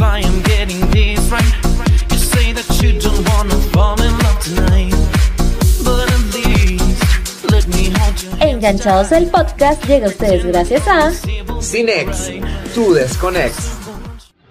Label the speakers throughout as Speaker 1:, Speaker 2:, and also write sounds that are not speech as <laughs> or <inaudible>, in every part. Speaker 1: I am getting this right. You say that you don't wanna fall in love tonight. But at least, let me hold you.
Speaker 2: Enganchados el podcast llega a ustedes gracias a
Speaker 3: Cinex, tu desconex.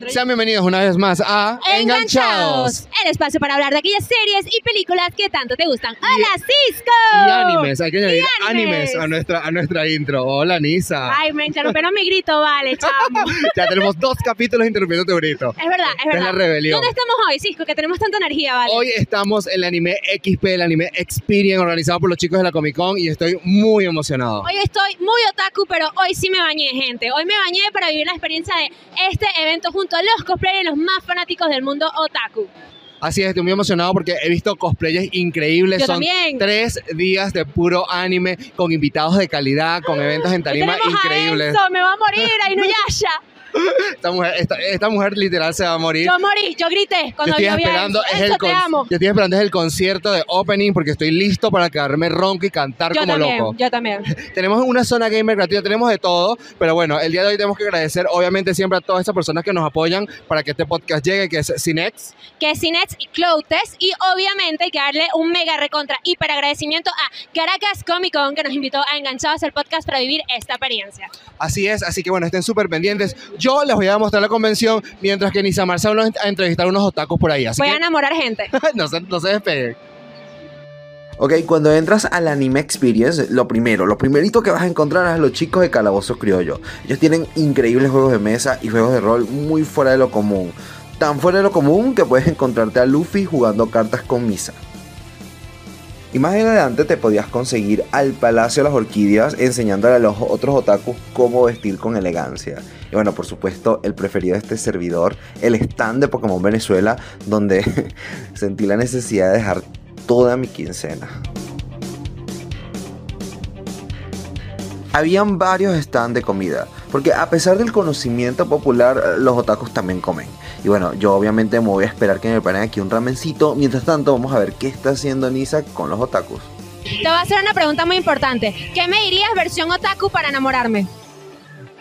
Speaker 4: Sean bienvenidos una vez más a
Speaker 5: Enganchados. El espacio para hablar de aquellas series y películas que tanto te gustan. ¡Hola, Cisco!
Speaker 4: Y animes, hay que añadir animes,
Speaker 5: Oh, animes.
Speaker 4: a, nuestra, a nuestra intro. Hola, Nisa.
Speaker 5: Ay, me interrumpieron mi grito,
Speaker 4: <laughs>
Speaker 5: vale, chamo.
Speaker 4: ya tenemos dos capítulos interrumpiendo tu grito.
Speaker 5: Es verdad, es
Speaker 4: Es
Speaker 5: verdad.
Speaker 4: la rebelión.
Speaker 5: ¿Dónde estamos hoy, Cisco? Que tenemos tanta energía, vale.
Speaker 4: Hoy estamos en el anime XP, el anime Experience, organizado por los chicos de la Comic Con y estoy muy emocionado.
Speaker 5: Hoy estoy muy otaku, pero hoy sí me bañé, gente. Hoy me bañé para vivir la experiencia de este evento junto a los cosplayers, los más fanáticos del mundo otaku.
Speaker 4: Así es, estoy muy emocionado porque he visto cosplayers increíbles.
Speaker 5: Yo
Speaker 4: Son
Speaker 5: también.
Speaker 4: tres días de puro anime con invitados de calidad, con eventos en
Speaker 5: Hoy
Speaker 4: tarima
Speaker 5: tenemos a
Speaker 4: increíbles.
Speaker 5: Enzo, me va a morir,
Speaker 4: <laughs>
Speaker 5: Ainuyasha.
Speaker 4: Esta mujer, esta, esta mujer literal se va a morir.
Speaker 5: Yo morí, yo grité
Speaker 4: Yo
Speaker 5: cuando
Speaker 4: estoy,
Speaker 5: yo vi a
Speaker 4: esperando,
Speaker 5: Enzo.
Speaker 4: es el
Speaker 5: Enzo, te
Speaker 4: con-
Speaker 5: amo.
Speaker 4: yo estoy esperando es el concierto de opening porque estoy listo para quedarme ronco y cantar
Speaker 5: Yo
Speaker 4: como
Speaker 5: también,
Speaker 4: loco.
Speaker 5: yo también.
Speaker 4: Tenemos una zona gamer gratuita, tenemos de todo, pero bueno, el día de hoy tenemos que agradecer obviamente siempre a todas estas personas que nos apoyan para que este podcast llegue, que es Cinex.
Speaker 5: que es Cinex y Cloutes y obviamente hay que darle un mega recontra hiper agradecimiento a Caracas Comic Con que nos invitó a Enganchados al podcast para vivir esta experiencia.
Speaker 4: Así es, así que bueno, estén súper pendientes. Yo les voy a mostrar la convención mientras que Nisa Marza va a entrevistar unos otacos por ahí, así
Speaker 5: Voy a
Speaker 4: que
Speaker 5: enamorar gente.
Speaker 4: <laughs> no, se, no se despeguen.
Speaker 3: Ok, cuando entras al Anime Experience, lo primero, lo primerito que vas a encontrar es a los chicos de Calabozos Criollo. Ellos tienen increíbles juegos de mesa y juegos de rol muy fuera de lo común. Tan fuera de lo común que puedes encontrarte a Luffy jugando cartas con Misa. Y más adelante te podías conseguir al Palacio de las Orquídeas enseñándole a los otros otakus cómo vestir con elegancia. Y bueno, por supuesto, el preferido de este servidor, el stand de Pokémon Venezuela, donde <laughs> sentí la necesidad de dejar toda mi quincena. Habían varios stands de comida, porque a pesar del conocimiento popular, los otakus también comen. Y bueno, yo obviamente me voy a esperar que me preparen aquí un ramencito. Mientras tanto, vamos a ver qué está haciendo Nisa con los otakus.
Speaker 5: Te voy a hacer una pregunta muy importante. ¿Qué me dirías versión otaku para enamorarme?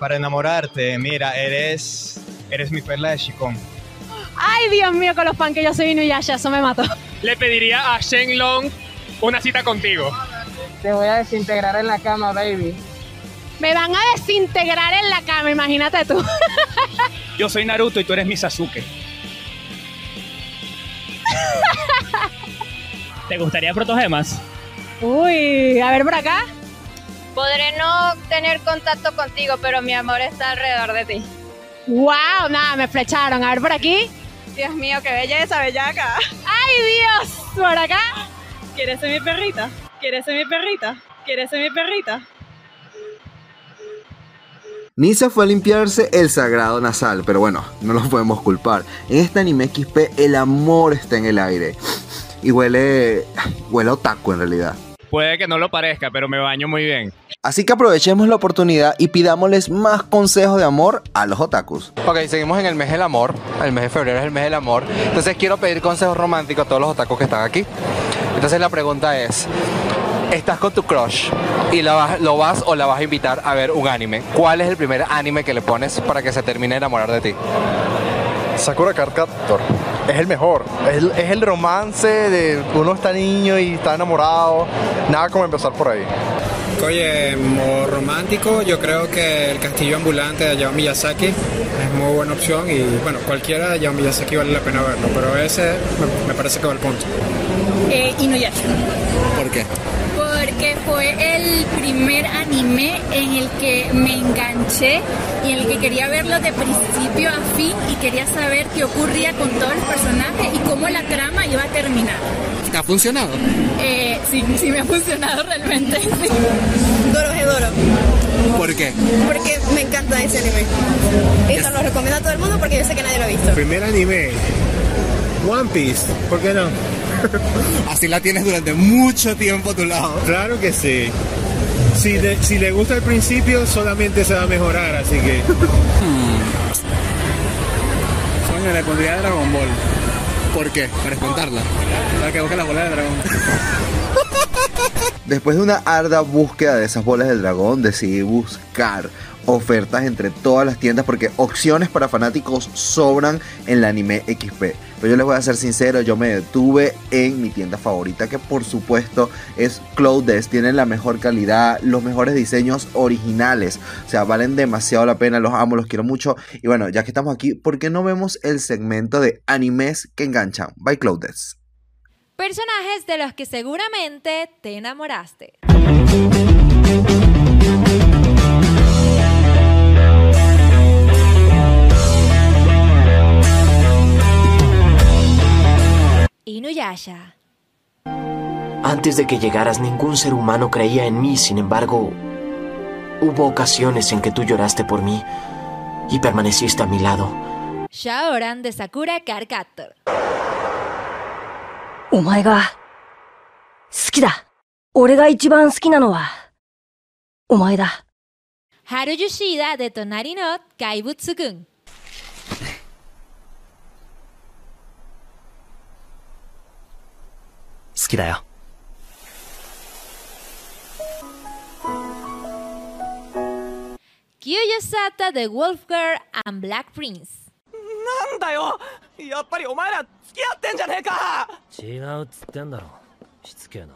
Speaker 6: Para enamorarte, mira, eres, eres mi perla de Chicón.
Speaker 5: Ay, Dios mío, con los pan que yo soy Inuyasha, eso me mató.
Speaker 7: le pediría a Shen Long una cita contigo.
Speaker 8: Te voy a desintegrar en la cama, baby.
Speaker 5: Me van a desintegrar en la cama, imagínate tú.
Speaker 7: Yo soy Naruto y tú eres mi Sasuke. ¿Te gustaría protogemas?
Speaker 5: Uy, a ver por acá.
Speaker 9: Podré no tener contacto contigo, pero mi amor está alrededor de ti.
Speaker 5: Wow, nada, me flecharon. A ver por aquí.
Speaker 9: Dios mío, qué belleza, bellaca.
Speaker 5: Ay, Dios, por acá.
Speaker 9: ¿Quieres ser mi perrita? ¿Quieres ser mi perrita? ¿Quieres ser mi perrita?
Speaker 3: Nisa fue a limpiarse el sagrado nasal, pero bueno, no los podemos culpar. En este anime XP el amor está en el aire. Y huele... huele a otaku en realidad.
Speaker 7: Puede que no lo parezca, pero me baño muy bien.
Speaker 3: Así que aprovechemos la oportunidad y pidámosles más consejos de amor a los otakus.
Speaker 10: Ok, seguimos en el mes del amor. El mes de febrero es el mes del amor. Entonces quiero pedir consejos románticos a todos los otakus que están aquí. Entonces la pregunta es, estás con tu crush y la vas- lo vas o la vas a invitar a ver un anime. ¿Cuál es el primer anime que le pones para que se termine de enamorar de ti?
Speaker 6: Sakura Card Captor es el mejor. Es el, es el romance de uno está niño y está enamorado. Nada como empezar por ahí.
Speaker 11: Oye, mo romántico, yo creo que el castillo ambulante de Hayao Miyazaki es muy buena opción y bueno, cualquiera de Hayao Miyazaki vale la pena verlo, pero ese me, me parece que va al punto.
Speaker 9: Eh, Inuyasha.
Speaker 3: ¿Por qué?
Speaker 9: Porque fue el primer anime en el que me enganché y en el que quería verlo de principio a fin y quería saber qué ocurría con todos los personajes y cómo la trama iba a terminar.
Speaker 4: ¿Te ha funcionado?
Speaker 9: Eh, sí, sí me ha funcionado realmente. <laughs> Doro
Speaker 4: ¿Por qué?
Speaker 9: porque me encanta ese anime. Y se lo recomiendo a todo el mundo porque yo sé que nadie lo ha visto.
Speaker 11: Primer anime, One Piece, ¿por qué no?
Speaker 4: Así la tienes durante mucho tiempo a tu lado.
Speaker 11: Claro que sí. Si, si le gusta al principio, solamente se va a mejorar, así <laughs> que... Soña, le pondría Dragon Ball,
Speaker 4: ¿Por qué? Para espantarla.
Speaker 11: para que busque la bola de dragón.
Speaker 3: Después de una arda búsqueda de esas bolas del dragón, decidí buscar ofertas entre todas las tiendas porque opciones para fanáticos sobran en la anime XP. Pero yo les voy a ser sincero, yo me detuve en mi tienda favorita que por supuesto es Cloudes. Tienen la mejor calidad, los mejores diseños originales. O sea, valen demasiado la pena, los amo, los quiero mucho. Y bueno, ya que estamos aquí, ¿por qué no vemos el segmento de animes que enganchan? By Cloudes.
Speaker 5: Personajes de los que seguramente te enamoraste. Inuyasha.
Speaker 12: Antes de que llegaras ningún ser humano creía en mí, sin embargo, hubo ocasiones en que tú lloraste por mí y permaneciste a mi lado.
Speaker 5: Shaoran de Sakura Card Captor.
Speaker 13: お前が、好きだ。俺が一番好きなのは、お前だ。
Speaker 5: Haru Yoshida de Tonari no Kaibutsu-kun.
Speaker 1: <laughs> 好きだよ。
Speaker 5: Kyuyosata de Wolf Girl and Black Prince.
Speaker 14: なんだよやっぱりお前ら付き合ってんじゃねえか
Speaker 1: 違うっつってんだろ。しつけえな。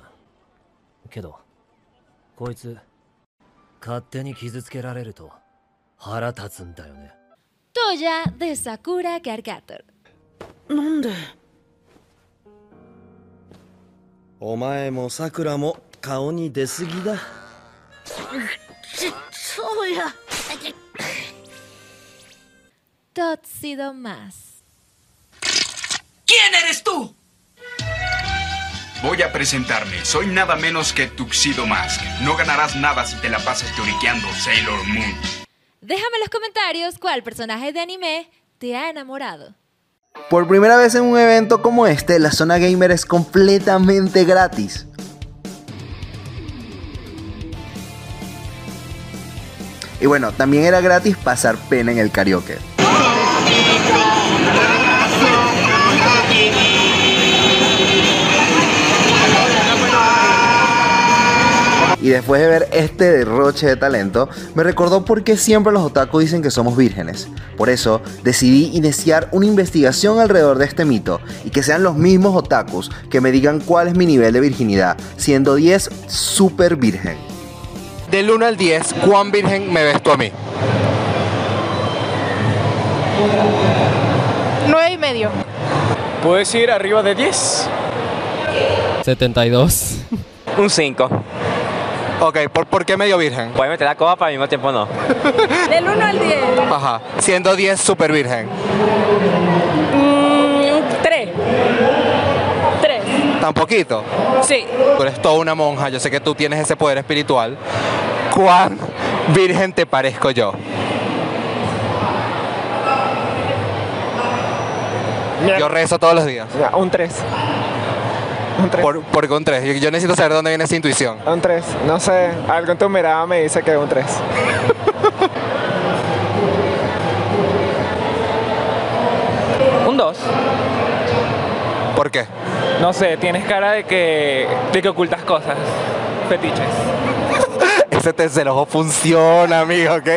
Speaker 1: けど、こいつ、勝手に傷つけられると腹立つんだよね。
Speaker 5: Toya de Sakura Card Captor.
Speaker 15: なんで
Speaker 16: お前もさくらも顔に出すぎだ
Speaker 15: ち、そうや。
Speaker 5: Totsido más.
Speaker 14: ¿Quién eres tú?
Speaker 17: Voy a presentarme. Soy nada menos que Tuxedo Mask. No ganarás nada si te la pasas teoriqueando Sailor Moon.
Speaker 5: Déjame en los comentarios cuál personaje de anime te ha enamorado.
Speaker 3: Por primera vez en un evento como este, la zona gamer es completamente gratis. Y bueno, también era gratis pasar pena en el karaoke. Y después de ver este derroche de talento, me recordó por qué siempre los otaku dicen que somos vírgenes. Por eso, decidí iniciar una investigación alrededor de este mito y que sean los mismos otakus que me digan cuál es mi nivel de virginidad, siendo 10 super virgen.
Speaker 4: Del 1 al 10, ¿cuán virgen me ves tú a mí?
Speaker 8: Nueve y medio.
Speaker 11: ¿Puedes ir arriba de 10?
Speaker 18: 72.
Speaker 11: Un 5.
Speaker 4: Ok, ¿por, por qué medio virgen?
Speaker 11: Puedes meter la copa, pero al mismo tiempo no.
Speaker 8: <laughs> Del 1 al 10.
Speaker 4: Ajá, siendo 10 super virgen.
Speaker 8: Mm, tres. Tres.
Speaker 4: Tan poquito.
Speaker 8: Sí.
Speaker 4: Tú eres toda una monja, yo sé que tú tienes ese poder espiritual. ¿Cuán virgen te parezco yo? Yo rezo todos los días.
Speaker 11: Un 3. Un Ah. 3.
Speaker 4: Por, ¿Por qué un 3? Yo, yo necesito saber dónde viene esa intuición.
Speaker 11: Un 3. No sé, algo en tu mirada me dice que es un 3. un 2.
Speaker 4: ¿Por qué?
Speaker 11: No sé, tienes cara de que, de que ocultas cosas. Fetiches.
Speaker 4: Ese test del ojo funciona, amigo, ¿ok?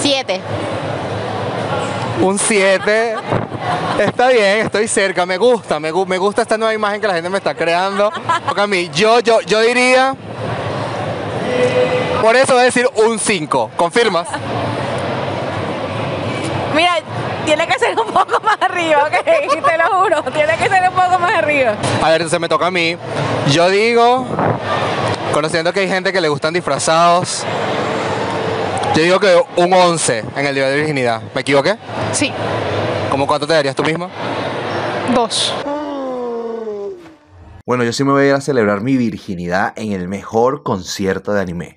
Speaker 8: Siete.
Speaker 4: Un 7. Está bien, estoy cerca, me gusta, me, gu- me gusta esta nueva imagen que la gente me está creando. Porque a mí, yo, yo, yo diría. Por eso voy a decir un 5. ¿Confirmas?
Speaker 8: Mira, tiene que ser un poco más arriba, ok. <laughs> Te lo juro. Tiene que ser un poco más arriba.
Speaker 4: A ver, entonces me toca a mí. Yo digo, conociendo que hay gente que le gustan disfrazados, yo digo que un 11 en el nivel de virginidad. ¿Me equivoqué?
Speaker 8: Sí.
Speaker 4: ¿Cómo cuánto te darías tú mismo?
Speaker 8: Dos.
Speaker 3: Bueno, yo sí me voy a ir a celebrar mi virginidad en el mejor concierto de anime.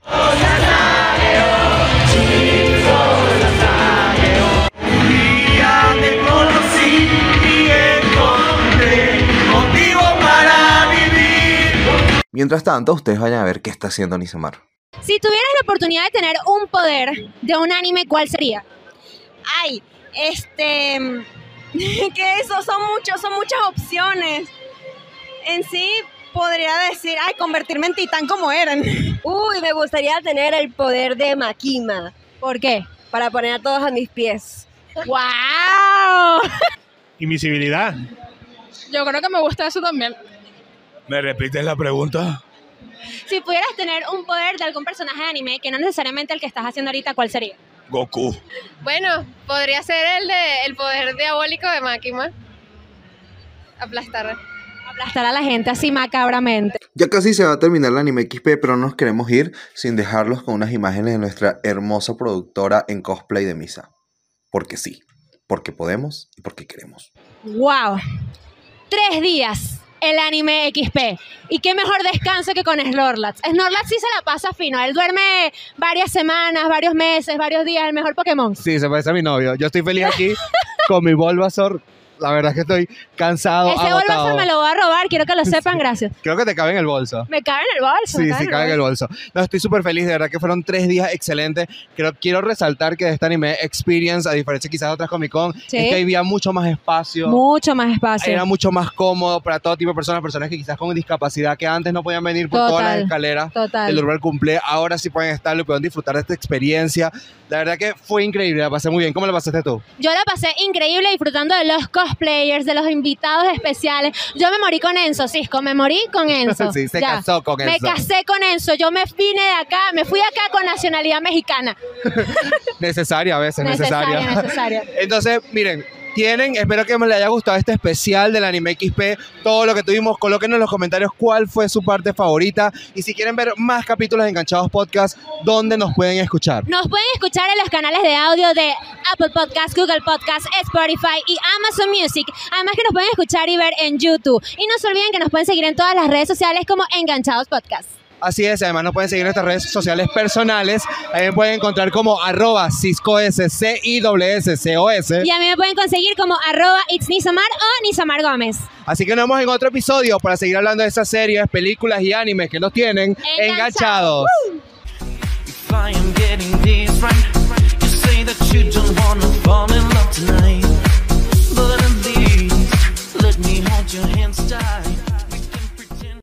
Speaker 3: Mientras tanto, ustedes vayan a ver qué está haciendo Nisemar.
Speaker 19: Si tuvieras la oportunidad de tener un poder de un anime, ¿cuál sería? Ay,
Speaker 1: Este, <laughs> que eso, son muchos, son muchas opciones. En sí, podría decir, ay, convertirme en titán como eran. <laughs>
Speaker 20: Uy, me gustaría tener el poder de Makima.
Speaker 5: ¿Por qué?
Speaker 20: Para poner a todos a mis pies. <laughs>
Speaker 5: ¡Wow!
Speaker 21: Invisibilidad.
Speaker 5: Yo creo que me gusta eso también.
Speaker 21: ¿Me repites la pregunta?
Speaker 5: Si pudieras tener un poder de algún personaje de anime, que no necesariamente el que estás haciendo ahorita, ¿cuál sería?
Speaker 21: Goku.
Speaker 22: Bueno, podría ser el de el poder diabólico de Makima. Aplastar.
Speaker 5: Aplastar a la gente así macabramente.
Speaker 3: Ya casi se va a terminar el anime XP, pero no nos queremos ir sin dejarlos con unas imágenes de nuestra hermosa productora en cosplay de misa. Porque sí, porque podemos y porque queremos.
Speaker 5: ¡Wow! Tres días el anime XP. Y qué mejor descanso que con Snorlax. Snorlax sí se la pasa fino. Él duerme varias semanas, varios meses, varios días. El mejor Pokémon.
Speaker 4: Sí, se parece a mi novio. Yo estoy feliz aquí con mi Bulbasaur. La verdad es que estoy cansado,
Speaker 5: Ese
Speaker 4: agotado.
Speaker 5: bolso me lo va a robar. Quiero que lo sepan. Gracias.
Speaker 4: Creo que te cabe en el bolso.
Speaker 5: Me cabe en el bolso. me
Speaker 4: Sí,
Speaker 5: cabe
Speaker 4: sí, cabe en el bolso. No, estoy súper feliz, de verdad que fueron tres días excelentes. Creo, quiero resaltar que de este anime Experience, a diferencia quizás de otras Comic Con,
Speaker 5: Sí.
Speaker 4: es que había mucho más espacio.
Speaker 5: Mucho más espacio.
Speaker 4: Era mucho más cómodo para todo tipo de personas, personas que quizás con discapacidad que antes no podían venir por todas
Speaker 5: Total,
Speaker 4: las escaleras
Speaker 5: total.
Speaker 4: del Urban Cumple, ahora sí pueden estarlo y pueden disfrutar de esta experiencia. La verdad que fue increíble, la pasé muy bien. ¿Cómo la pasaste tú?
Speaker 5: Yo la pasé increíble disfrutando de los cosplayers, de los invitados especiales. Yo me morí con Enzo, Cisco, me morí con Enzo.
Speaker 4: <laughs> Sí, se casó con
Speaker 5: Me
Speaker 4: Enzo.
Speaker 5: casé con Enzo, yo me vine de acá, me fui de acá con nacionalidad mexicana.
Speaker 4: Necesaria a veces,
Speaker 5: Necesaria,
Speaker 4: necesaria. <laughs>
Speaker 5: necesaria.
Speaker 4: Entonces, miren. Tienen, espero que les haya gustado este especial del anime XP, todo lo que tuvimos, colóquenos en los comentarios cuál fue su parte favorita y si quieren ver más capítulos de Enganchados Podcast, ¿dónde nos pueden escuchar?
Speaker 5: Nos pueden escuchar en los canales de audio de Apple Podcast, Google Podcast, Spotify y Amazon Music. Además que nos pueden escuchar y ver en YouTube. Y no se olviden que nos pueden seguir en todas las redes sociales como Enganchados Podcast.
Speaker 4: Así es, además nos pueden seguir en nuestras redes sociales personales. Ahí me pueden encontrar como arroba ciscos, C-I-S-C-O-S.
Speaker 5: Y a mí me pueden conseguir como arroba it's Nisamar o Nisamar Gómez.
Speaker 4: Así que nos vemos en otro episodio para seguir hablando de esas series, películas y animes que nos tienen enganchados.
Speaker 23: If I am getting this right, you say that you don't wanna fall in love tonight.